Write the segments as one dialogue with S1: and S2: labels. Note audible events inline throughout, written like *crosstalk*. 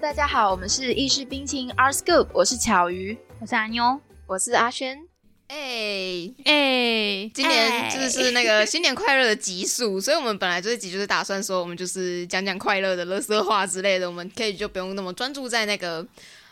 S1: 大家好，我们是意式冰淇淋 R Scoop，我是巧鱼，
S2: 我是阿妞，
S1: 我是阿轩。哎、
S2: 哎、
S3: 今年就是是那个新年快乐的集数，所以我们本来这一集就是打算说，我们就是讲讲快乐的、乐色话之类的，我们可以就不用那么专注在那个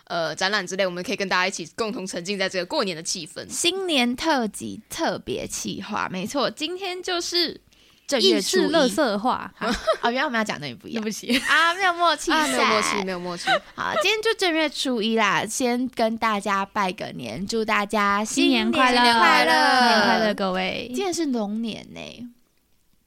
S3: 呃展览之类，我们可以跟大家一起共同沉浸在这个过年的气氛。
S2: 新年特辑特别企划，没错，今天就是
S1: 正
S2: 意
S1: 月初
S2: 式
S1: 一
S2: 乐色话，好
S1: 啊，原来我们要讲的也不一
S2: 对
S1: 样
S2: 不起 *laughs* 啊，没有默契
S3: 啊，没有默契，
S2: 赛
S3: 没有默契。
S2: *laughs* 好，今天就正月初一啦，先跟大家拜个年，祝大家
S1: 新年快乐
S2: 新年快乐，
S1: 新年快乐
S2: 各位今天是龙年呢、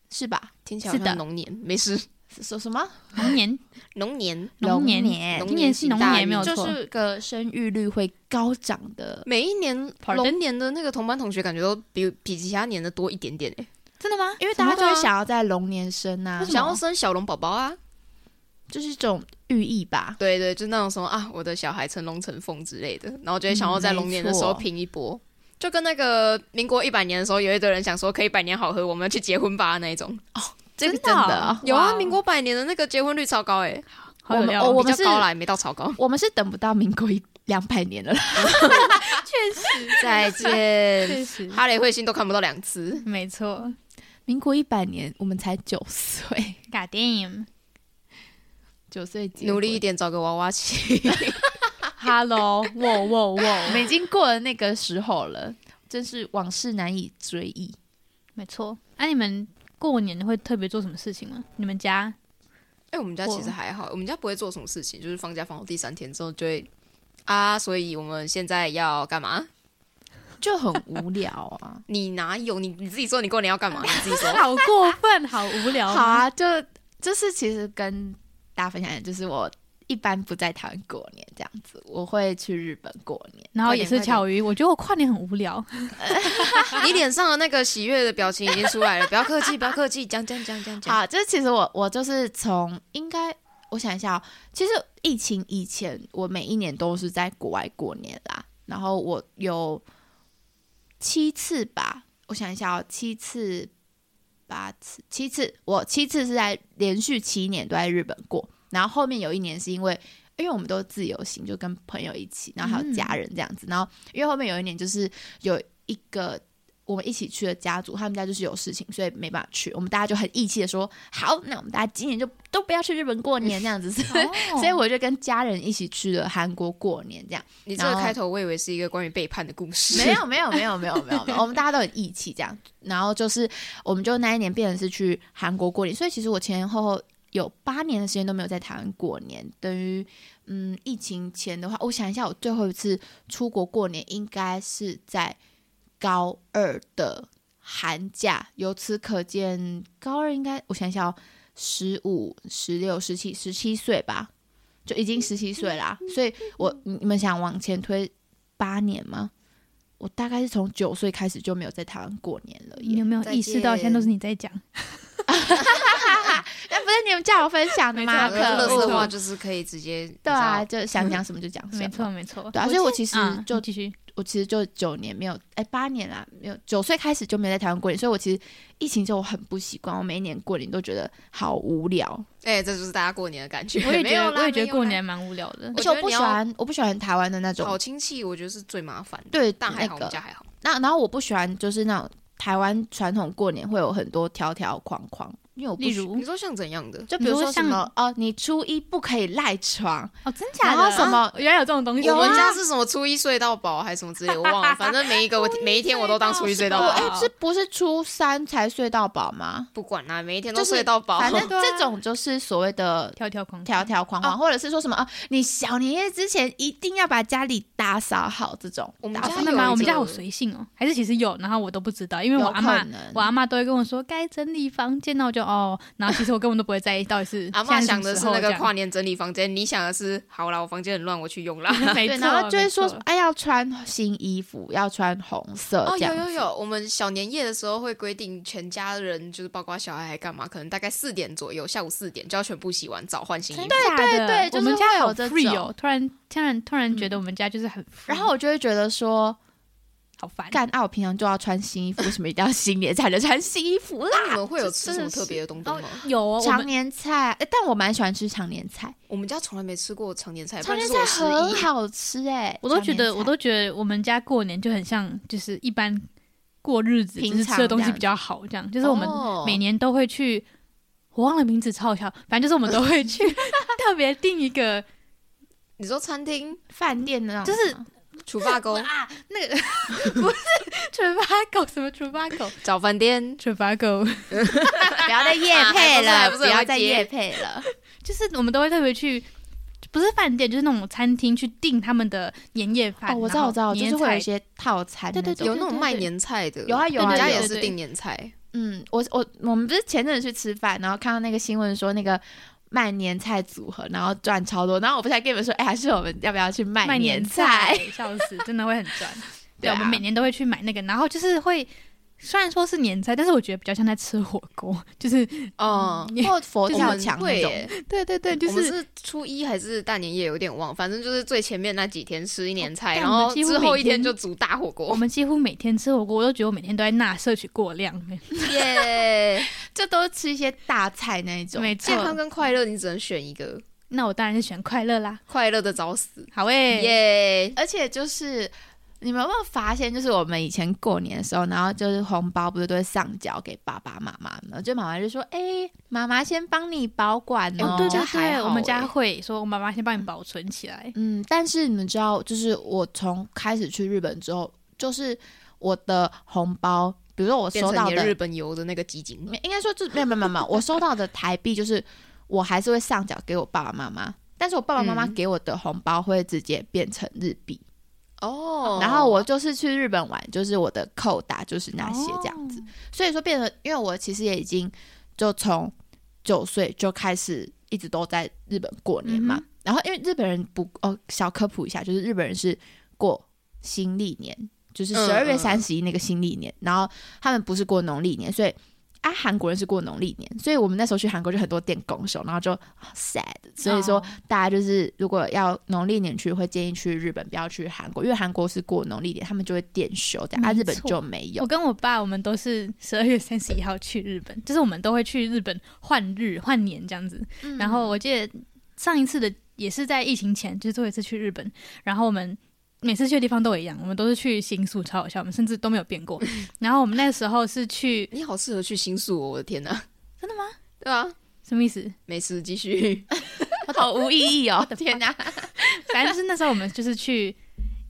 S2: 是吧？
S3: 听起来好
S2: 是的
S3: 像龙年，没事，
S1: 说什么？
S4: 龙年，
S3: 龙年
S4: 龙
S2: 龙
S4: 年，
S2: 年
S4: 今年是龙年，没有
S2: 就
S4: 错。
S2: 是个生育率会高涨的，
S3: 每一年
S4: Pardon？
S3: 龙年的那个同班同学，感觉都比比其他年的多一点点哎、
S4: 真的吗？
S2: 因为大家就
S3: 什
S2: 会
S3: 么
S2: 想要在龙年生啊
S4: 为，什么
S3: 想要生小龙宝宝啊，
S2: 就是一种寓意吧。
S3: 对对，就那种什么啊，我的小孩成龙成凤之类的，然后就会想要在龙年的时
S2: 嗯
S3: 候
S2: 没错
S3: 拼一波，就跟那个民国一百年的时候，有一堆人想说可以百年好合，我们要去结婚吧那一种。
S2: 这个
S4: 真的
S2: 真
S4: 哦
S2: 的
S3: 有啊，
S4: 哇
S3: 民国百年的那个结婚率超高哎、
S4: 好有料
S2: 我
S4: 哦，
S2: 们
S3: 比
S2: 是。
S3: 较高啦，也没到超高
S2: *laughs* 我们是等不到民国一两百年了啦，
S3: 再见，
S4: 确实，
S3: *laughs* 哈雷彗星都看不到两次。
S4: 没错。
S2: 民国一百年我们才九岁，
S4: God damn！
S2: 九岁结婚
S3: 努力一，点，找个娃娃亲。
S2: *laughs*
S4: Hello，哇
S3: *laughs*
S4: 哇
S2: 我
S4: 哇！
S2: 们已经过了那个时候了，真是往事难以追忆。
S4: 没错。那、啊你们过年会特别做什么事情吗？你们家
S3: 哎、我们家其实还好，我们家不会做什么事情，就是放假放到第三天之后就会啊，所以我们现在要干嘛？，
S2: 就很无聊啊
S3: *laughs* 你哪有你你自己说你过年要干嘛？你自己说。
S4: *laughs* 好过分，好无聊。
S2: 好啊，就就是其实跟大家分享一下，就是我一般不在台湾过年这样子，我会去日本过年。
S4: 然后也是巧鱼，我觉得我跨年很无聊。
S3: *laughs* 你脸上的那个喜悦的表情已经出来了，不要客气，不要客气，讲讲讲讲讲。
S2: 好，就是其实我我就是从应该我想一下、哦，其实疫情以前我每一年都是在国外过年啦，然后我有七次吧，我想一下哦，七次、八次、七次，我七次是在连续七年都在日本过，然后后面有一年是因为。因为我们都自由行，就跟朋友一起，然后还有家人这样子。然后，因为后面有一年就是有一个我们一起去的家族，他们家就是有事情，所以没办法去。我们大家就很义气的说，好，那我们大家今年就都不要去日本过年这样子。所
S4: 哦
S2: 以
S4: *laughs*
S2: 所以我就跟家人一起去了韩国过年，这样
S3: 你这个开头，我以为是一个关于背叛的故事。
S2: 没有没有没有没有没有，没有我们大家都很义气这样。然后就是，我们就那一年变成是去韩国过年，所以其实我前前后后有八年的时间都没有在台湾过年。等于嗯，疫情前的话，哦我想一下，我最后一次出国过年应该是在高二的寒假。由此可见，高二应该我想一下哦，十五、十六、十七、十七岁吧，就已经十七岁啦。所以我你你们想往前推八年吗？我大概是从九岁开始就没有在台湾过年了耶
S4: 你有没有意识到
S3: 再见
S4: 现在都是你在讲？
S2: 那不是你们叫我分享的吗？
S3: 啊，
S2: 可
S3: 可乐
S2: 恶
S3: 色话就是可以直接
S2: 对啊，，就想讲什么就讲什么。
S4: 没错，没错。
S2: 对啊，所以我其实
S4: 啊，
S2: 就、
S4: 你继续。
S2: 我其实就九年没有，哎，八年啦，没有九岁开始就没有在台湾过年，所以我其实疫情就很不习惯，我每一年过年都觉得好无聊，
S3: 你知道哎、这就是大家过年的感觉。
S4: 我也
S3: 没
S4: 觉
S3: 有
S4: 得，
S3: 啦
S4: 我也觉
S3: 没
S4: 得
S3: 有
S4: 过
S3: 啦
S4: 年蛮无聊的
S3: 我。
S2: 而且
S3: 觉
S2: 我
S3: 得
S2: 不
S3: 你
S2: 喜
S3: 要
S2: 欢，我不喜欢台湾的那种
S3: 找亲戚，我觉得是最麻烦的。
S2: 对
S3: 但还
S2: 那
S3: 好，我
S2: 个
S3: 们家还好。
S2: 那然后我不喜欢就是那种台湾传统过年会有很多条条框框，因为我不
S4: 例
S2: 喜
S4: 如
S3: 你，说像怎样的？
S2: 就比如
S4: 你
S2: 说
S4: 说
S2: 什
S4: 像
S2: 么哦，你初一不可以赖床，
S4: 哦，真
S2: 然后什么
S4: 啊原来有这种东西，
S3: 我们家是什么初一睡到饱还是什么之类，我忘了。反正每一个我每一天我都当初一睡到
S2: 我 *laughs*
S3: 饱，
S2: 哎、
S4: 哦
S2: 这不是初三才睡到饱吗？
S3: 不管啦，每一天
S2: 就
S3: 都
S2: 是
S3: 睡到饱。
S2: 反
S3: *laughs*
S2: 正
S4: 对啊
S2: 这种就是所谓的
S4: 条条框框
S2: 条条框
S3: 嗯哦
S2: 框，或者是说什么啊，你小年夜之前一定要把家里打扫好这种。
S3: 我们
S2: 打扫
S3: 家
S4: 啊真的
S3: 有
S4: 吗？
S3: 一
S4: 我们家好
S3: 个
S4: 随性哦，还是其实有，然后我都不知道，因为我
S2: 有
S4: 阿
S2: 可
S4: 嬷，
S2: 能
S4: 我阿嬷都会跟我说该整理房间，那我就哦，然后其实我根本都不会在意到底是 *laughs*
S3: 阿
S4: 现在
S3: 嬷想的
S4: 什
S3: 是
S4: 么
S3: 那
S4: 时候
S3: 个
S4: 这样
S3: 跨，年整理房间，你想的是好啦，我房间很乱，我去用啦。
S4: *laughs*
S2: *laughs*
S4: 没
S2: 对，
S4: 错，
S2: 然后就会说
S4: 没
S2: 什
S4: 错
S2: 么，哎，要穿新衣服，要穿红色
S3: 哦，
S2: 这样
S3: 有
S2: 子。
S3: 有有，我们小年夜的时候会规定全家人，就是包括小孩还干嘛，可能大概四点左右，下午四点就要全部洗完澡换新衣服。
S2: 对
S4: 假
S2: 对
S4: 的
S2: 对，就
S4: 我
S2: 是
S4: 们家
S2: 会有
S4: 好
S2: 这
S4: free 哦嗯
S2: 种
S4: 哦，突然突然突然觉得我们家就是很 free， *laughs*
S2: 然后我就会觉得说，
S4: 好烦。
S2: 干啊！我平常就要穿新衣服，为什么一定要新年才能穿新衣服啦？
S3: 那你们会有吃什么特别的东东
S4: 哦
S3: 吗？，
S4: 有哦，我
S2: 常
S4: 们
S2: 年菜，诶但我蛮喜欢吃常年菜，
S3: 我们家从来没吃过常年菜，不
S2: 常
S3: 然就
S2: 年
S3: 是
S2: 菜
S3: 我失
S2: 很
S3: 忆。
S2: 好吃哎、
S4: 我都
S2: 常
S4: 觉
S2: 年
S4: 得，
S2: 菜
S4: 我都觉得我们家过年就很像，就是一般过日子，
S2: 平
S4: 只是
S2: 常
S4: 吃的东
S2: 这
S4: 西
S2: 样
S4: 比较好，这样就是我们
S3: 哦
S4: 每年都会去，我忘了名字，超好笑，反正就是我们都
S2: *laughs*
S4: 会去特别订一个，
S3: 你说餐厅
S2: 饭店的那种
S4: 就
S2: 吗，
S4: 是
S3: 厨发
S2: *laughs*
S3: 沟
S4: 啊，那个不是嘴巴狗，什么嘴巴狗，
S3: 早饭店，
S4: 嘴巴狗，
S2: 不要再 *laughs* 夜
S3: 啊
S2: 配了，
S3: 还不是还不是
S2: 不要
S3: 很
S2: 再
S3: 会接
S2: 夜配 *laughs* 了。
S4: 就是我们都会特别去。不是饭店，就是那种餐厅去订他们的年夜饭。
S2: 哦，我知道，我知道，就
S4: 年
S2: 是会
S4: 夜
S2: 有
S4: 菜
S2: 一些套餐那
S4: 对
S2: 种，
S4: 对对
S3: 有那种卖年菜的，
S2: 有啊有啊
S3: 我们家
S2: 有
S3: 也是
S4: 对
S3: 订年菜，
S2: 嗯，我我我们不是前阵子去吃饭，然后看到那个新闻说那个卖年菜组合，然后赚超多，然后我不是还跟你们说，哎，还是我们要不要去卖
S4: 卖年
S2: 菜？，
S4: 笑死，真的会很
S2: *laughs*
S4: 赚。
S2: 对
S4: 对，
S2: 啊
S4: 我们每年都会去买那个，然后就是会，虽然说是年菜，但是我觉得比较像在吃火锅，就是
S3: 嗯，
S2: *laughs* 或佛
S3: 我
S2: 跳
S3: 们
S2: 墙
S3: 会
S2: 那种，
S3: 耶
S4: 对对对，就
S3: 我们是初一还是大年夜有点忘，反正就是最前面那几天吃一年菜，
S4: 哦
S3: 然
S4: 但我
S3: 后
S4: 们几乎
S3: 之后
S4: 每
S3: 一天
S4: 天
S3: 就煮大火
S4: 我 *laughs*
S3: 锅。
S4: 们几乎每天吃火锅，我都觉得我每天都在钠摄取过量，
S3: 耶，
S2: 就都吃一些大菜那一种。
S4: 没
S3: *laughs* 健康
S4: 错。
S3: 跟快乐你只能选一个，
S4: 那我当然是选快乐啦，
S3: 快乐的找死。
S4: 好
S2: 欸
S4: 诶、
S3: 耶，
S2: 而且就是你们有没有发现，就是我们以前过年的时候，然后就是红包不是都会上交给爸爸妈妈吗？就妈妈就说：“哎、妈妈先帮你保管哦。
S4: 哦，对
S2: 这
S4: 对
S2: 还
S4: 对，
S2: 好
S4: 我们家
S2: 欸
S4: 会说，我妈妈先帮你保存起来。
S2: 嗯，但是你们知道，就是我从开始去日本之后，就是我的红包，比如说我
S3: 变
S2: 收
S3: 成
S2: 到
S3: 你
S2: 的，
S3: 日本游的那个集锦。
S2: 没应该说就是没有没有没有没有，我收到的台币就是我还是会上缴给我爸爸妈妈，但是我爸爸妈妈
S3: 嗯
S2: 给我的红包会直接变成日币，
S3: 哦
S2: 然后我就是去日本玩，就是我的扣打就是那些这
S4: 哦
S2: 样子，所以说变得，因为我其实也已经就从九岁就开始一直都在日本过年嘛。
S4: 嗯哼
S2: 然后因为日本人不哦，小科普一下，就是日本人是过新历年，就是
S3: 嗯
S2: 十二月
S3: 嗯
S2: 三十一那个新历年，然后他们不是过农历年，所以。啊，韩国人是过农历年，所以我们那时候去韩国就很多店拱手，然后就啊 sad，所以说
S4: 哦
S2: 大家就是如果要农历年去，会建议去日本，不要去韩国，因为韩国是过农历年，他们就会店休这样，啊，
S4: 没
S2: 日本
S4: 错
S2: 就没有
S4: 我。跟我爸，我们都是十二月三十一号去日本，就是我们都会去日本换日换年这样子。
S2: 嗯
S4: 然后我记得上一次的也是在疫情前，就是最后一次去日本，然后我们。每次去的地方都一样，我们都是去新宿，超好笑，我们甚至都没有
S2: *laughs*
S4: 变过。然后我们那时候是去
S3: 你好适合去新宿哦，我的天哪！
S4: *laughs* 真的吗？哎
S3: 对啊，
S4: 什么意思？
S3: 没事，继续。
S2: 好无意义哦！天哪，
S4: 反正就是那时候我们就是去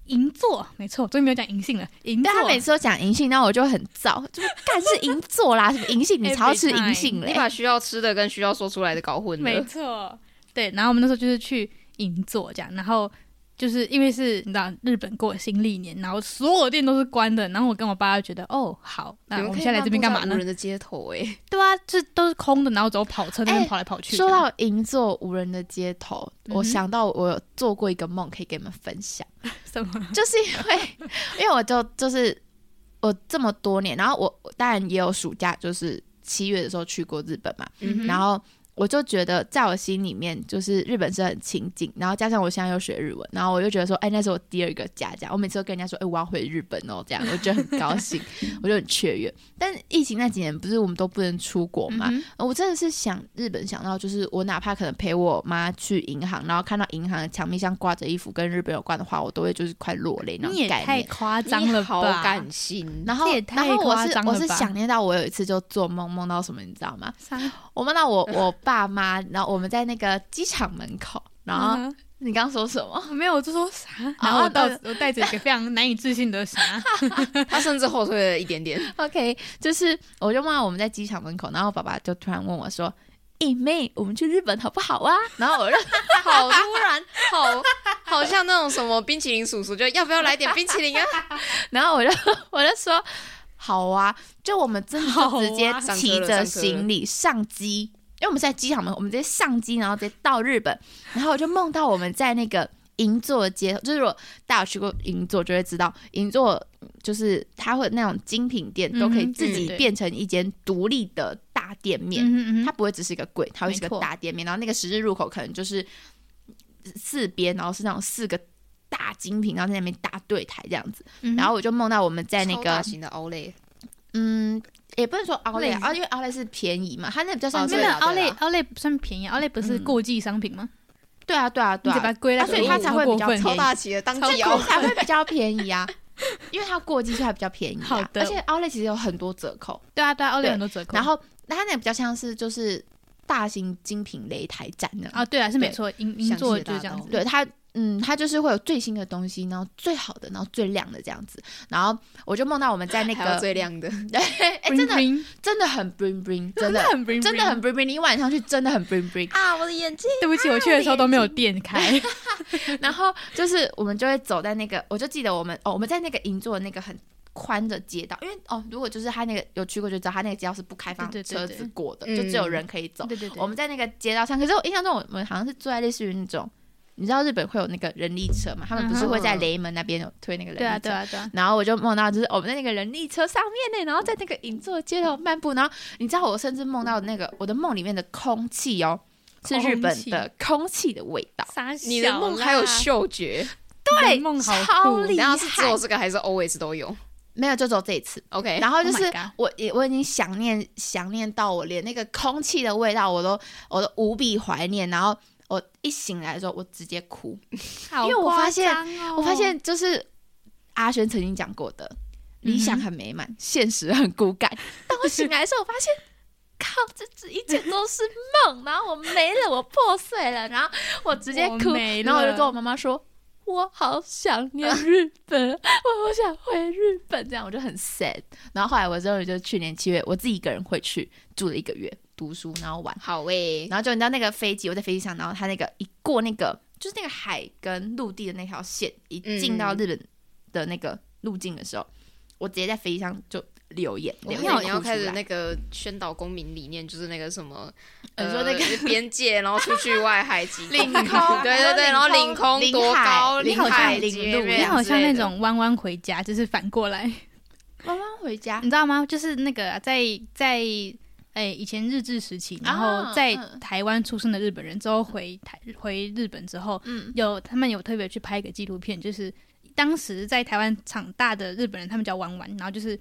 S4: 银座，没错，终于没有讲银杏了。银
S2: *laughs*
S4: 座
S2: 啊但他每次都讲银杏，那我就很燥，就是干是银座啦，什么银杏，
S4: *laughs*
S2: 你才要吃银杏
S3: 你
S2: 嘞。
S3: 把需要吃的跟需要说出来的搞混
S4: 没
S3: 了。
S4: 错，对。然后我们那时候就是去银座这样，然后就是因为是你知道日本过新历年，然后所有店都是关的，然后我跟我爸就觉得哦好，那
S3: 你们
S4: 我们
S3: 可以
S4: 现在来这边干嘛
S3: 漫步
S4: 呢
S3: 在无？人的街头哎、
S4: 对啊，这都是空的，然后只有跑车那边
S2: 哎
S4: 跑来跑去。
S2: 说到银座无人的街头，
S4: 嗯哼
S2: 我想到我有做过一个梦，可以给你们分
S4: *laughs*
S2: 享，
S4: 什么？
S2: 就是因为 *laughs* 因为我就就是我这么多年，然后我我当然也有暑假，就是七月的时候去过日本嘛，
S4: 嗯哼
S2: 然后我就觉得，在我心里面，就是日本是很亲近，然后加上我现在又学日文，然后我就觉得说，哎，那是我第二个家这样。我每次都跟人家说，哎，我要回日本哦，这样我就很
S4: *laughs*
S2: 高兴，我就很雀跃。但疫情那几年，不是我们都不能出国嘛，
S4: 嗯哼
S2: 呃我真的是想日本，想到就是我哪怕可能陪我妈去银行，然后看到银行的墙壁上挂着衣服跟日本有关的话，我都会就是快落泪那
S4: 你
S2: 种
S4: 也
S2: 概
S4: 太
S2: 念。
S4: 夸张
S3: 你
S4: 了吧？
S3: 好感性。
S2: 然后
S4: 这也，太
S2: 然后我
S4: 夸
S2: 是
S4: 张
S2: 我
S4: 了
S2: 是
S4: 吧
S2: 想念到我有一次就做梦，梦到什么你知道吗？
S4: 伤
S2: 我梦到我 *laughs* 我爸妈，然后我们在那个机场门口，然后、
S4: 嗯
S2: 你刚说什么？
S4: 哼哦没有，我就说啥？
S2: 哦
S4: 然后我到
S2: 那
S4: 我带着一个非常难以置
S2: *laughs*
S4: 信的啥？
S3: 他甚至后退了一点点。
S2: *laughs* OK，就是我就梦到我们在机场门口，然后爸爸就突然问我说：“诶、妹，我们去日本好不好啊？”然后我就
S3: *laughs* 好突然，好好像那种什么冰淇淋叔叔，就要不要来点冰淇 *laughs* 淋啊？
S2: 然后我就我就说：“好啊！”就我们真的
S4: 好
S2: 就
S4: 啊
S2: 直接
S3: 上车了
S2: 骑
S3: 上车
S2: 着
S3: 了
S2: 行李上机，因为我们是在机场门口，我们直接上机，然后直接到日本。然后我就梦到我们在那个银座街，就是如果大家有去过银座，就会知道银座就是它会那种精品店
S4: 嗯哼
S2: 都可以自
S3: 嗯
S2: 己
S4: 对
S2: 变成一间独立的大店面，
S4: 嗯嗯
S2: 它不会只是一个柜，它会是个
S4: 没错
S2: 大店面。然后那个十字路口可能就是四边，然后是那种四个。大精品，然后在那边搭对台这样子。
S4: 嗯
S2: 然后我就梦到我们哎在那
S3: 超大
S2: 个
S3: 型的 Olay，
S2: 嗯，也不能说奥
S4: 类
S2: 莱
S4: 似
S2: 啊，因为奥莱是便宜嘛，它那比较算
S3: 哦
S2: 是、
S4: 没
S3: 对
S4: 有
S3: 啦
S4: 奥
S3: 对
S4: 莱
S3: 啦
S4: 奥莱算便宜，奥莱不是
S2: 嗯
S4: 过季商品吗？
S2: 对啊对啊
S4: 你
S2: 对
S4: 只把
S2: 啊
S4: 它，归类
S2: 啊
S4: 过
S2: 所
S4: 季，
S2: 以它才会比较
S4: 过分
S2: 便宜
S3: 超大企的当
S4: 超
S3: 季
S4: 过
S2: 它
S3: 哦，
S2: 才会比较便宜啊， *laughs* 因为它过季所以它比较便宜、啊。
S4: 好的
S2: 而且奥莱其实有很多折扣，
S4: 对啊对啊，奥莱
S2: 对
S4: 很多折扣。
S2: 然后那它那比较像是就是大型精品擂台战呢、啊，
S4: 啊，对啊，是没
S2: 对
S4: 错，银银
S3: 详细
S4: 座
S3: 的
S4: 就是这
S3: 大
S4: 样
S3: 道
S4: 子。
S2: 对它。嗯，它就是会有最新的东西，然后最好的，然后最亮的这样子。然后我就梦到我们在那
S3: 还有
S2: 个，
S3: 最亮的，
S2: *laughs* 哎、真的
S4: Bling bling
S2: 真的很 bling bling，真的
S4: 很 bling，
S2: 真的
S4: bling *laughs*
S2: 很 bling bling。你晚上去真的很 bling bling。
S3: 啊，我的眼睛，
S4: 对不起，我去的时候都没有店开。
S2: 然后就是我们就会走在那个，我就记得我们哦，我们在那个银座的那个很宽的街道，因为哦，如果就是他那个有去过就知道，他那个街道是不开放
S4: 对对
S2: 车
S4: 对
S2: 子过的，
S3: 对
S2: 就只有人可以走。
S4: 对对对，
S2: 我们在那个街道上，可是我印象中我们好像是坐在类似于那种，你知道日本会有那个人力车嘛？他们不是会在雷门那边有推那个人力车？
S4: 嗯对啊对啊对啊，
S2: 然后我就梦到，就是我们在那个人力车上面呢，然后在那个银座街头漫步，然后你知道，我甚至梦到那个我的梦里面的空气哦，是日本的空气的味道，
S4: 傻
S3: 你的梦还有嗅觉，
S2: 对，
S4: 你的梦好酷
S2: 超厉
S3: 然
S2: 害
S3: 后是只有这个还是 always 都有
S2: 没有，就走这一次。
S3: ？OK，
S2: 然后就是
S4: Oh my god
S2: 我也我已经想念想念到我连那个空气的味道我都我都无比怀念，然后我一醒来的时候我直接哭，
S4: 好
S2: 因为我发现
S4: 夸张哦
S2: 我发现就是阿轩曾经讲过的，理
S4: 嗯
S2: 想很美满，现实很骨感。当我醒来的时候，我发现。靠，这这一切都是梦，然后我没了，我破碎了，然后我直接
S4: 我
S2: 哭，
S4: 没
S2: 然后我就
S4: 了嗯
S2: 跟我妈妈说，我好想念日本，我好想回日本，这样我就很 sad。然后后来我终于就去年七月，我自己一个人回去住了一个月，读书，然后玩。
S3: 好诶，
S2: 然后就你知道那个飞机，我在飞机上，然后它那个一过那个就是那个海跟陆地的那条线，一进到日本的那个路径的时候，我直接在飞机上就流眼
S3: 我
S2: 泪，
S3: 看
S2: 我
S3: 到你要开始
S2: 那
S3: 那个宣导公民理念，就是那个什么，
S2: 哦你说那个
S3: 呃边界，然后出去
S2: *laughs*
S3: 外海集
S2: 领空
S3: 对对对，然后领空
S2: 领
S3: 多
S2: 海
S3: 高，
S2: 领
S4: 海
S3: 海
S2: 领
S3: 截
S2: 路
S3: 面
S4: 你好像
S3: 之类
S4: 那
S3: 的
S4: 种弯弯回家，就是反过来，
S2: 慢慢回家
S4: 你知道吗？就是那个在在哎以前日治时期，然后在
S2: 嗯
S4: 台湾出生的日本人之后回台回日本之后，
S2: 嗯
S4: 有他们有特别去拍一个纪录片，就是当时在台湾长大的日本人，他们叫弯弯，然后就是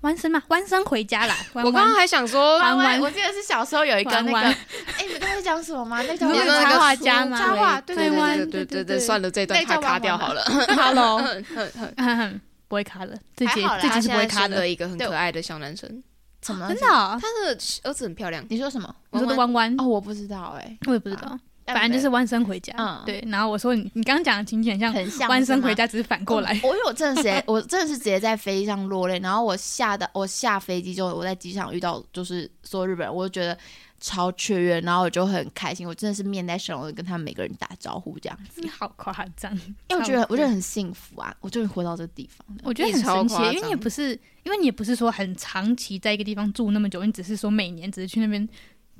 S4: 弯生嘛，弯生回家啦。弯
S3: 我
S4: 弯
S3: 刚刚还想说，
S4: 弯
S2: 弯
S4: 弯
S2: 弯，我记得是小时候有一个
S4: 弯
S2: 那
S4: 弯
S2: 个，哎，你们刚才讲什么吗？那叫
S4: 你
S3: 你
S4: 说
S3: 说
S4: 那
S3: 那
S4: 个
S3: 个
S4: 插画
S3: 书
S4: 家吗？
S2: 插画，对对
S4: 对弯
S2: 对
S3: 对对对对，算了，这
S2: 那
S3: 段
S2: 叫
S3: 卡卡
S2: 弯
S3: 掉
S2: 弯
S3: *laughs* 好了。
S4: *laughs* Hello，
S3: 很
S4: 不会卡了，这节
S2: 还好啦
S4: 这节
S3: 他
S4: 是
S3: 现
S4: 不
S3: 在
S4: 会卡
S3: 生
S4: 的
S3: 了，一个很
S2: 对
S3: 可爱的小男生，
S2: 怎么了
S4: 真的哦。
S3: 他的儿子很漂亮，
S2: 你说什么？
S4: 我说的
S3: 弯
S4: 弯弯，
S2: 哦，我不知道哎，
S4: 我也不知道，反正就是弯生回家。
S2: 嗯
S4: 对，然后我说你你刚刚讲的情景很像
S2: 很像
S4: 弯生回
S2: 家。
S4: 家，只是反 *laughs* 过来。
S2: 哦我我因为我真的是，我真的是直接在飞机上落泪，然后我下的我下飞机之后，我在机场遇到就是所有日本人，我就觉得超雀跃，然后我就很开心，我真的是面带笑容地跟他们每个人打招呼这样子，
S4: 你好夸 *laughs* 张，
S2: 因为我觉得
S4: 超
S2: 我觉得很幸福啊，我终于活到这个地方了。
S4: 我觉得
S3: 你
S4: 很
S3: 超
S4: 神奇
S3: 夸，
S4: 因为你也
S3: 张
S4: 不是，因为你也不是说很长期在一个地方住那么久，你只是说每年只是去那边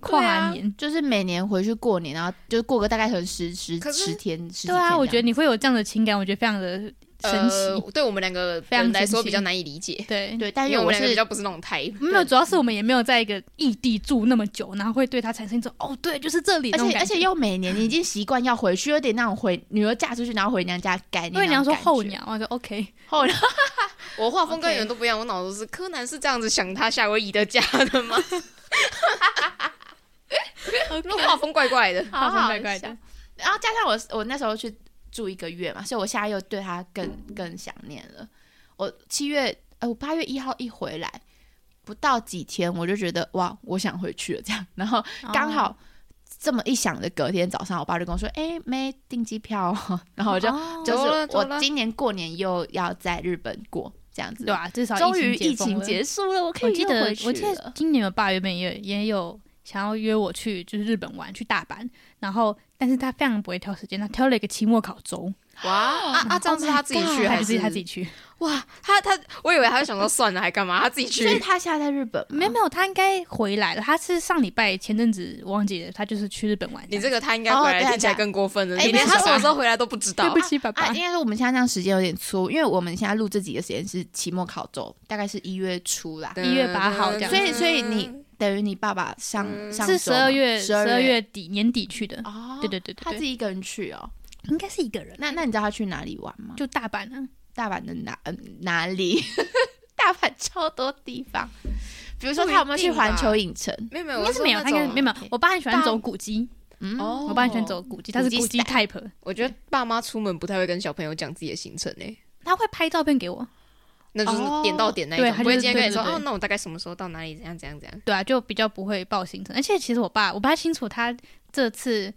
S4: 跨年。
S2: 就是每年回去过年，然后就过个大概可能十十
S3: 可是
S2: 十天，十几
S4: 对啊，
S2: 天
S4: 我
S2: 这
S4: 觉得
S2: 样
S4: 你会有这样的情感，我觉得非常的神
S3: 呃
S4: 奇。，
S3: 对我们两个
S4: 非常
S3: 人来
S4: 神
S3: 说
S4: 奇
S3: 比较难以理解，
S4: 对，
S2: 对，但
S3: 因
S2: 是
S3: 为我
S2: 我
S3: 们两个比
S2: 是
S3: 较不是那种 type，
S4: 没有，主要是我们也没有在一个异地住那么久，然后会对它产生一种哦，对，就是这里那
S2: 而
S4: 种
S2: 且而
S4: 感觉。
S2: 且又每年你已经习惯要回去，有点那种回女儿嫁出去然后回娘家的概念。
S4: 因为你要说候
S2: 后年
S4: 鸟，我说 OK，
S2: 后鸟，
S3: 我画风跟
S4: OK
S3: 你们都不一样，我脑子是柯南是这样子想他夏威夷的家的吗？ *laughs* 那画风怪怪的，
S2: 好好
S4: 怪怪
S2: 笑
S4: 的。
S2: 然后加上我我那时候去住一个月嘛，所以我现在又对他更更想念了。我七月呃，我八月一号一回来，不到几天我就觉得哇，我想回去了这样。然后刚好这么一想的，隔天早上我爸就跟我说：“哎、没订机票哦。”然后我就、
S4: 哦
S2: 就
S3: 走了
S2: 是
S3: 走
S2: 我
S3: 了
S2: 今年过年又要在日本过这样子，
S4: 对啊，至少
S2: 终于
S4: 疫
S2: 疫
S4: 封
S2: 情
S4: 了
S2: 结束了，我可
S4: 我
S2: 以
S4: 记
S2: 又
S4: 得
S2: 回去
S4: 我记得
S2: 了。
S4: 今年我爸原本也也有想要约我去就是日本玩，去大阪，然后但是他非常不会挑时间，他挑了一个期末考周，
S3: 哇啊啊！这样是他自己
S2: Oh my
S3: 去
S2: god
S4: 他
S3: 还
S4: 就是是他自己去，
S3: 哇？他他，我以为他会想说算了，还干嘛？他自己
S2: 所以
S3: 去，
S2: 他现在在日本吗，
S3: 哦
S4: 没有没有，他应该回来了，他是上礼拜前阵子我忘记了，他就是去日本玩，
S3: 你这个他应该
S2: 哦
S3: 回来
S2: 对啊
S3: 听起来
S2: 对啊
S3: 更过分了，
S2: 哎
S3: 你
S2: 没
S3: 连
S2: 有
S3: 他什么时候回来都不知
S4: 对
S3: 道
S4: 不。起爸爸
S2: 啊，，应该说我们现在这样时间有点粗，因为我们现在录这集的时间是期末考周，大概是一月初啦。
S4: 1月8号这
S3: 嗯
S4: 样
S2: 所以，所以你等于你爸爸上、上
S4: 是十二月
S2: 十
S4: 十
S2: 二
S4: 二月底年底去的，
S2: 嗯哦，
S4: 对对对对
S2: 他自
S4: 对，
S2: 己一个人去哦，
S4: 应该是一个人，
S2: 那那你知道他去哪里玩吗？
S4: 就大阪啊，
S2: 大阪的哪、呃、哪里？ *laughs* 大阪超多地方，比如说
S3: 不一
S2: 他有没有去
S3: 定吧
S2: 环球影城？
S3: 没有没有，
S4: 应该是没有，
S3: 我
S4: 他
S3: 说那
S4: 应该
S3: 种
S4: 没有没有。我爸很喜欢走古迹，
S2: 嗯，
S3: 哦
S4: 我爸很喜欢走古迹，他是
S2: 古迹
S4: 古迹
S2: style
S4: type，
S3: 我觉得爸妈出门不太会跟小朋友讲自己的行程诶、欸
S4: 他会拍照片给我。
S3: 那就是点到点那一种，
S4: 哦对他
S3: 不
S4: 就是
S3: 会今天跟你说
S4: 对对对
S3: 哦，那我大概什么时候到哪里，怎样怎样怎样。
S4: 对啊，就比较不会报行程。而且其实我爸，我不太清楚他这次，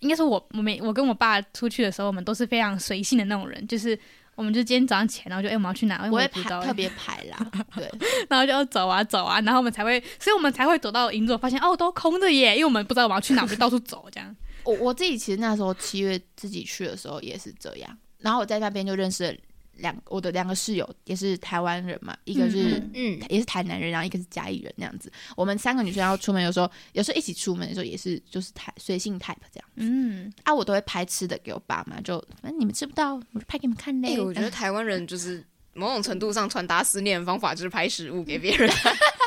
S4: 应该是我我每我跟我爸出去的时候，我们都是非常随性的那种人，就是我们就今天早上起来，然后就哎、我们要去哪，哎
S2: 我
S4: 我
S2: 会
S4: 也不
S2: 排
S4: 知道，
S2: 特别排啦，对，
S4: *laughs* 然后就要走啊走啊，然后我们才会，所以我们才会走到银座，发现哦都空的耶，因为我们不知道我们要去哪，我们就到处走
S2: *laughs*
S4: 这样。
S2: 我我自己其实那时候七月自己去的时候也是这样，然后我在那边就认识了两我的两个室友，也是台湾人嘛，一个是、
S4: 嗯
S3: 嗯，
S2: 也是台南人，然后一个是嘉义人那样子。我们三个女生要出门，有时候有时候一起出门的时候也是就是台随性 type 这样
S4: 嗯，
S2: 啊，我都会拍吃的给我爸妈，就反正你们吃不到，我就拍给你们看嘞。
S3: 哎、
S2: *laughs*
S3: 我觉得台湾人就是某种程度上传达思念的方法就是拍食物给别人，
S4: *laughs* 就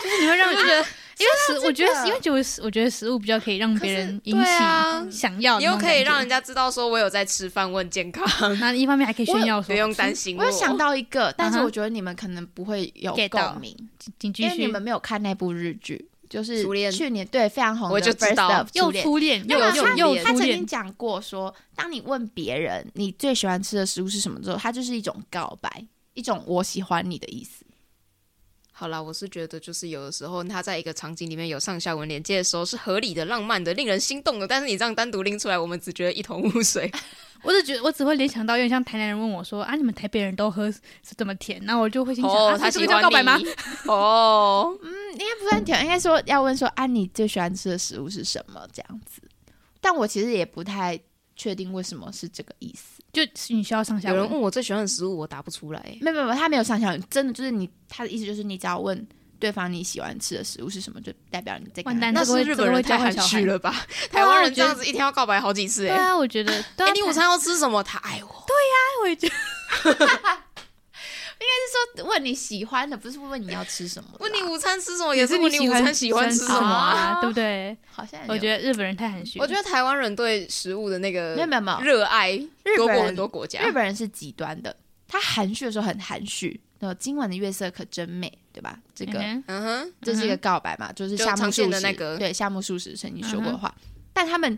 S4: 是你会让我觉得，
S3: *laughs*
S4: 因为食，我觉得因为就是我觉得食物比较可以让别人引
S3: 对啊
S4: 起想要的
S3: 你
S4: 那
S3: 又
S4: 种感觉，
S3: 可以让人家知道说我有在吃饭，我很健
S4: *laughs*
S3: 康，
S4: 然后一方面还可以炫耀
S3: 不
S4: 说，
S3: 用担心
S2: 我有想到一个，但是
S4: 嗯哼
S2: 我觉得你们可能不会有
S4: Get 到
S2: 共鸣，
S4: 请继
S2: 因为
S4: 续
S2: 你们没有看那部日剧，就是
S3: 初恋
S2: 去年对非常红的
S3: 我就
S2: First
S3: 知道
S2: Love
S4: 又
S2: 初恋
S4: 初恋又
S3: 没有
S4: 又
S3: 他
S4: 又
S3: 恋
S2: 他
S4: 初
S2: 曾
S4: 恋
S2: 经，讲过说，当你问别人你最喜欢吃的食物是什么之后，它就是一种告白，一种我喜欢你的意思。
S3: 好啦，我是觉得就是有的时候他在一个场景里面有上下文连接的时候是合理的、浪漫的、令人心动的，但是你这样单独拎出来，我们只觉得一头雾水。
S4: 我只觉得我只会联想到，有点像台南人问我说啊，你们台北人都喝是怎么甜？那我就会心想，
S3: 哦
S4: 啊，
S3: 他
S4: 这个
S3: 喜
S4: 叫
S3: 欢
S4: 告白吗？ *laughs*
S3: 你？哦，
S2: 嗯，应该不算甜，应该说要问说，啊，你最喜欢吃的食物是什么这样子。但我其实也不太确定为什么是这个意思。
S4: 就你需要上下
S3: 有人
S4: 文。
S3: 问我最喜欢的食物，我答不出来。
S2: 没有没有，没有他没有上下文，真的就是你他的意思就是你只要问对方你喜欢吃的食物是什么，就代表你在跟
S4: 完
S2: 他
S4: 蛋
S3: 那
S4: 这个
S3: 是
S4: 会
S3: 日本人太含蓄了吧？
S4: 对啊
S3: 台湾人
S4: 我
S3: 这
S4: 觉得
S3: 样子一天要告白好几次
S4: 对
S3: 哎、欸。
S4: 啊，我觉得，对
S3: 哎、
S4: 啊，
S3: 你午餐要吃什么？他爱我。
S4: 台我也觉得，
S2: 问你喜欢的，不是问你要吃什么啦。
S3: 问你午餐吃什么也
S4: 也
S3: 是
S4: 是
S3: 问你
S4: 喜
S3: 午
S4: 欢
S3: 餐喜欢吃
S4: 什
S3: 什么啊？哎
S4: 啊
S2: 啊，
S4: 对不对？
S2: 好像
S4: 我
S2: 得
S4: 觉得日本人太含蓄了。
S3: 我觉得台湾人对食物的那个
S2: 没有没有没有
S3: 热爱
S2: 日
S3: 多
S2: 本
S3: 过
S2: 人
S3: 很多国家。
S2: 日本人是极端的，他含蓄的时候很含蓄。那今晚的月色可真美，对吧？这个、
S4: 嗯哼
S3: 嗯哼，
S2: 这是一个告白嘛，就是
S3: 就
S2: 夏目
S3: 常见
S2: 漱
S3: 的
S2: 石
S3: 那个
S2: 对夏目漱石曾经说过的话。但他们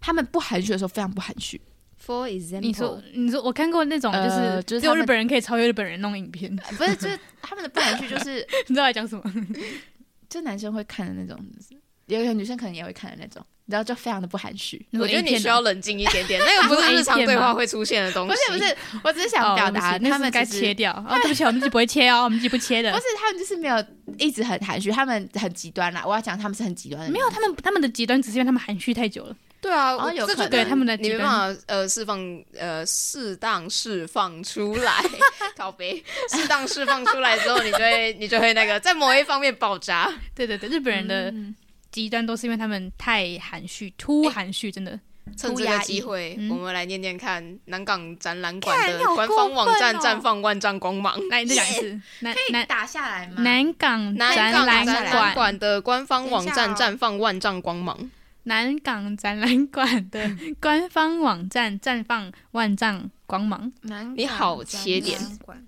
S2: 他们不含蓄的时候非常不含蓄，
S3: For example，
S4: 你说，你说，我看过那种
S2: 呃就是
S4: 就
S2: 是
S4: 只
S2: 他
S4: 有
S2: 们
S4: 日本人可以超越日本人那种影片，
S2: *laughs*
S4: *laughs*
S2: 呃不是就是他们的不含蓄， *laughs* 就是
S4: 你知道在讲什么？
S2: 就男生会看的那种，有有女生可能也会看的那种，然后就非常的不含蓄。
S4: 说
S3: 我觉得
S4: A
S3: 你
S4: 片
S3: 需
S4: 哦
S3: 要冷静一点点，那个不是日常对话会出现的
S2: *laughs*
S3: 东
S2: 不
S3: 西。
S2: 是不，是，我只是想
S4: 哦
S2: 表
S4: 对不
S2: 达
S4: 起那
S2: 他
S4: 是
S2: 们
S4: 该
S2: 其实
S4: 切掉。哦，对不起，我们自己不会切哦，我们自己不切的
S3: *laughs*
S2: 不。是他们就是没有一直很含蓄，他们很极端啦。我要讲他们是很极端的人，
S4: 没有，他们他们的极端只是因为他们含蓄太久了。
S3: 对啊，
S2: 哦
S3: 我
S2: 有
S3: 这
S2: 可
S3: 就
S2: 能
S4: 对他们的
S3: 你没
S4: 极端
S3: 办法呃释放呃适当释放出来，靠背适当释放出来之后，你就会你就会那个在某一方面爆炸。
S4: 对对对，日本人的
S2: 嗯
S4: 极端都是因为他们太含蓄，突含蓄，真的。
S3: 趁
S2: 涂
S3: 这
S2: 鸦
S3: 个
S2: 艺
S3: 机会，
S4: 嗯
S3: 我们来念念看南港展览馆
S4: 看
S3: 的
S4: 你好
S3: 官方网站
S4: 过分哦
S3: 绽放万丈光芒。
S4: 来，你再讲一次。南南
S2: 打下来吗？
S4: 南港
S3: 南港
S4: 览
S3: 展览
S4: 馆，
S3: 馆的官方网站
S2: 等一下
S3: 绽放万丈光芒。
S4: 南港展览馆的官方网站绽放万丈光 *laughs* 芒。
S2: 南
S3: 你好切点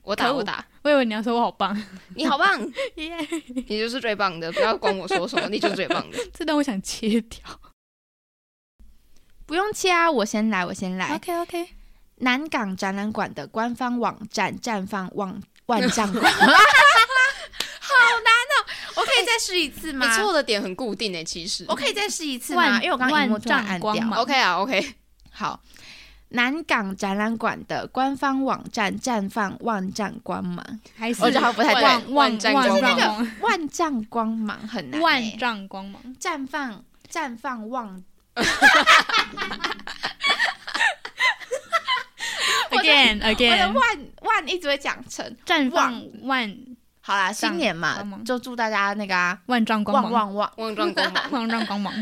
S3: 我打
S4: 可恶
S3: 我打，
S4: 我以为你要说我好棒，
S3: 你好棒，
S4: 耶！
S3: 你就是最棒的，不要管我说什么，你就是最棒的。
S4: 这段我想切掉。
S2: 不用切啊，我先来，我先来。
S4: OK OK，
S2: 南港展览馆的官方网站绽放万万丈
S4: *laughs*
S2: 光，好难哦！我可以再试一次
S3: 你错的点很固定诶、其实
S2: 我。可以再试一次
S4: 万
S2: 吗？因为我刚刚荧幕突然
S4: 万
S2: 按
S4: 丈光
S2: 掉。
S4: 芒
S3: OK 啊，OK，
S2: 好，南港展览馆的官方网站绽放万丈光芒，
S4: 还是
S2: 我觉得好像不太
S3: 万
S2: 对。
S4: 万万
S3: 丈
S4: 万
S3: 光
S2: 芒
S4: 芒
S2: 万丈光芒很难欸、
S4: 万丈光芒，
S2: 绽放绽放望
S4: again
S2: 我的
S4: again，
S2: 万万一直会讲成
S4: 绽放万
S2: 好啦，新年嘛
S4: 光芒，
S2: 就祝大家那个啊，
S4: 万丈光
S2: 旺
S4: 芒，
S2: 旺旺
S3: 万状光芒。
S4: 万丈光芒，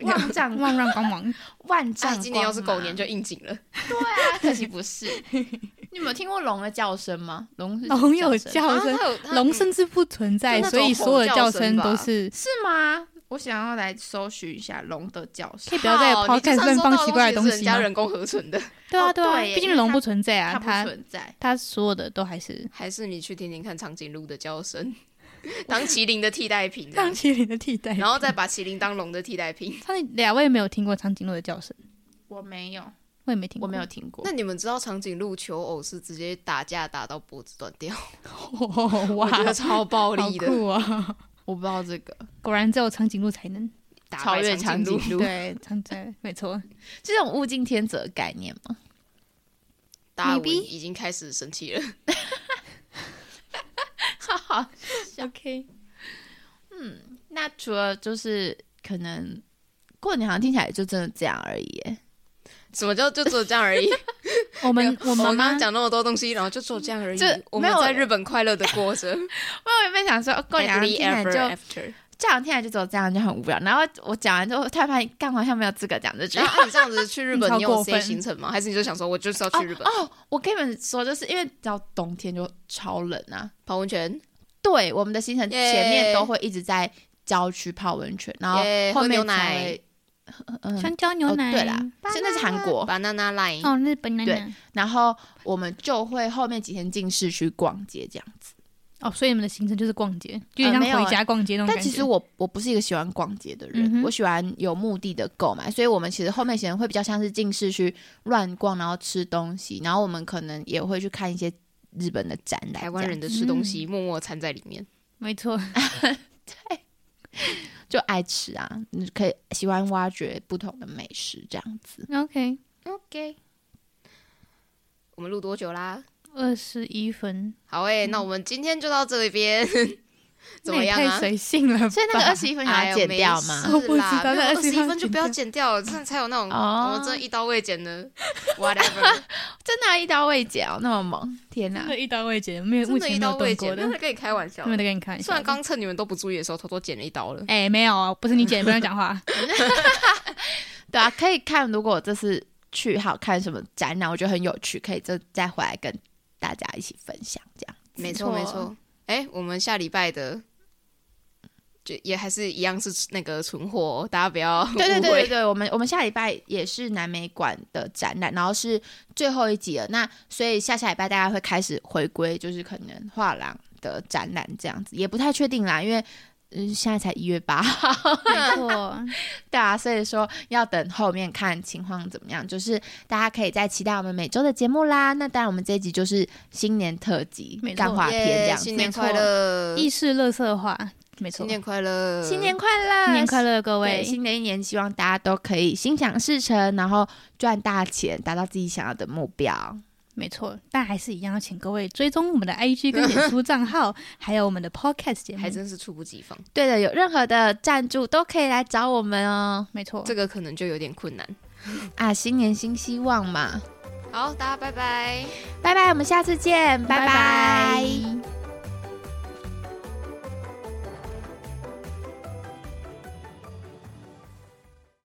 S2: *laughs* 旺丈 *laughs*
S4: 万丈光 *laughs* 芒。
S2: 万丈
S3: 啊，
S2: 光。
S3: 今年要是狗年就应景了。
S2: 对
S3: *laughs*
S2: 啊，可惜不是。 *laughs* 你有没有听过龙的叫声吗？龙是
S4: 龙有
S2: 叫声
S4: 叫
S3: 啊
S4: 声，
S3: 它有它
S4: 龙甚至不存在，
S3: 就那种
S4: 所以所有的叫声
S3: 吼叫声吧
S4: 都是
S2: 是吗？我想要来搜寻一下龙的叫声
S4: 可以，不要在
S3: 好你就
S4: podcast
S3: 算
S4: 乱
S3: 收
S4: 放
S3: 到
S4: 奇怪的
S3: 东
S4: 东
S3: 西是
S4: 西
S3: 人家
S4: 吗
S3: 人工合成的， *laughs*
S4: 对啊，
S2: 哦
S4: 对啊，
S2: 对耶
S4: 毕竟
S2: 因为
S4: 龙
S2: 它
S4: 不存在啊，
S2: 它不
S4: 它
S2: 存在。
S4: 它所有的都还是
S3: 还是你去听听看长颈鹿的叫声， *laughs* 当麒麟的替代品
S2: 啊
S3: 这样
S4: 当麒麟的替代。 *laughs*
S3: 然后再把麒麟当龙的替代品。 *laughs*
S4: 他们俩我也没有听过长颈鹿的叫声，
S2: 我没有，
S4: 我也没听过，
S2: 我没有听过
S3: 那。你们知道长颈鹿求偶是直接打架打到脖子断掉， *laughs*
S4: 有，
S2: *laughs*
S3: 我
S4: *laughs* 哇，
S3: 觉得超暴
S4: 好
S3: 力的，
S4: 酷啊！
S2: 我不知道这个。
S4: *laughs* 果然只有长颈鹿才能，
S3: 打
S2: 超
S3: 败
S2: 越
S3: 长
S2: 长
S3: *laughs* 鹿，
S4: 对，长对，
S2: *laughs*
S4: 没错，
S2: 这种物竞天择的概念吗？
S3: 达尔
S2: Maybe
S3: 文已经开始生气了。 *laughs*
S2: 好， *laughs*
S4: OK，
S2: 那除了就是可能过年好像听起来就真的这样而已耶。
S3: 什么叫就只有这样而已？
S4: 我们我
S3: 我
S4: 妈
S3: 们刚
S4: 妈
S3: 刚讲那么多东西，然后就只有这样而已
S2: 这。
S3: 我们
S2: 没有
S3: 在日本快乐的过着，
S2: 我原本想说哦过年好像听
S3: Happily
S2: 起来
S3: ever
S2: 就
S3: after。
S2: 这样听起来就只有这样就很无聊。然后我讲完之后，突然发现干好像没有资格讲这句 *laughs*
S3: *laughs* 然。后啊你这样子去日本，
S4: 超
S3: 你有
S4: 过
S3: C
S4: 分
S3: 行程吗？还是你就想说我就是要
S2: 哦
S3: 去日本
S2: 哦，我跟你们说，就是因为到冬天就超冷啊。
S3: 泡温泉？
S2: 对，我们的行程
S3: 耶
S2: 前面都会一直在郊区泡温泉，然后
S3: 耶
S2: 后
S3: 喝牛
S2: 面才
S3: 奶
S2: 会嗯嗯，
S4: 香蕉牛
S2: 哦
S4: 奶，
S2: 对啦，现在是韩
S3: *laughs*
S2: 国，
S3: banana line，、
S4: 哦，日本奶
S2: 对
S4: 奶，
S2: 然后我们就会后面几天进市区逛街这样子。
S4: 哦，所以你们的行程就是逛街，就有点
S2: 呃没有啊
S4: 像回家逛街那种
S2: 但
S4: 感觉。
S2: 其实我我不是一个喜欢逛街的人，
S4: 嗯哼
S2: 我喜欢有目的的购买，所以我们其实后面行程会比较像是进市区乱逛，然后吃东西，然后我们可能也会去看一些日本的展览。
S3: 台湾人
S2: 这样
S3: 的吃东西默默掺在里面。
S4: 没错，
S2: 就爱吃啊，你可以喜欢挖掘不同的美食这样子。
S4: OK，
S2: OK，
S3: 我们录多久啦？
S4: 二十一分，
S3: 好诶、那我们今天就到这边，怎
S4: 那
S3: 么
S4: 也
S3: 样
S4: 太
S3: 啊？
S4: 随性了吧，
S2: 所以那个
S4: *laughs*
S2: 二十一分想啊要剪掉吗？
S3: 哎呦没事啦
S4: 我不知道
S3: 没有
S4: 那
S3: 二十一
S4: 21
S3: 分就不要剪掉，这样才有那种
S2: 哦
S3: 我们这一刀未剪的 whatever，
S2: *laughs* 真的要一刀未剪哦，那么猛！天哪
S4: 真，的一刀未剪，没有
S3: 真
S4: 目
S3: 的
S4: 前
S3: 一
S4: 没有
S3: 刀未剪，
S4: 动过
S3: 没有在
S4: 的，
S3: 跟你开玩笑
S4: 没。有在跟你开玩笑的。
S3: 虽然刚趁你们都不注意的时候偷偷剪了一刀了，
S4: 哎、没有啊，不是你剪，不要讲话。
S2: 对啊，可以看。如果我这次去好看什么展览，我觉得很有趣，可以就再回来跟大家一起分享。这样
S3: 没错没
S2: 啊
S3: 错。哎、我们下礼拜的就也还是一样是那个存货、哦，大家不要
S2: 对对
S3: 误
S2: 对
S3: 会
S2: 对
S3: *laughs*
S2: 对，我们我们下礼拜也是南美馆的展览，然后是最后一集了。那所以下下礼拜大家会开始回归，就是可能画廊的展览这样子，也不太确定啦，因为嗯、现在才一月八号。 *laughs*
S4: 没错，
S2: 对啊，所以说要等后面看情况怎么样，就是大家可以再期待我们每周的节目啦。那当然，我们这一集就是新年特辑
S4: 没，错
S2: 干话篇这
S3: 耶
S2: 样子。
S3: 新年
S4: 没错
S3: 快乐，
S4: 意识乐色化，没错。
S3: 新年快乐，
S2: 新年快乐，
S4: 新年快乐，各
S2: 对！
S4: 位！
S2: 新的一年，希望大家都可以心想事成，然后赚大钱，达到自己想要的目标。
S4: 没错，但还是一样要请各位追踪我们的 IG 跟脸书账号，还有我们的 Podcast 节目
S3: 还。真是猝不及防，
S2: 对的，有任何的赞助都可以来找我们哦。
S4: 没错，
S3: 这个可能就有点困难。
S2: 啊，新年新希望嘛，
S3: 好，大家拜拜。
S2: 拜拜，我们下次见，拜拜
S4: 拜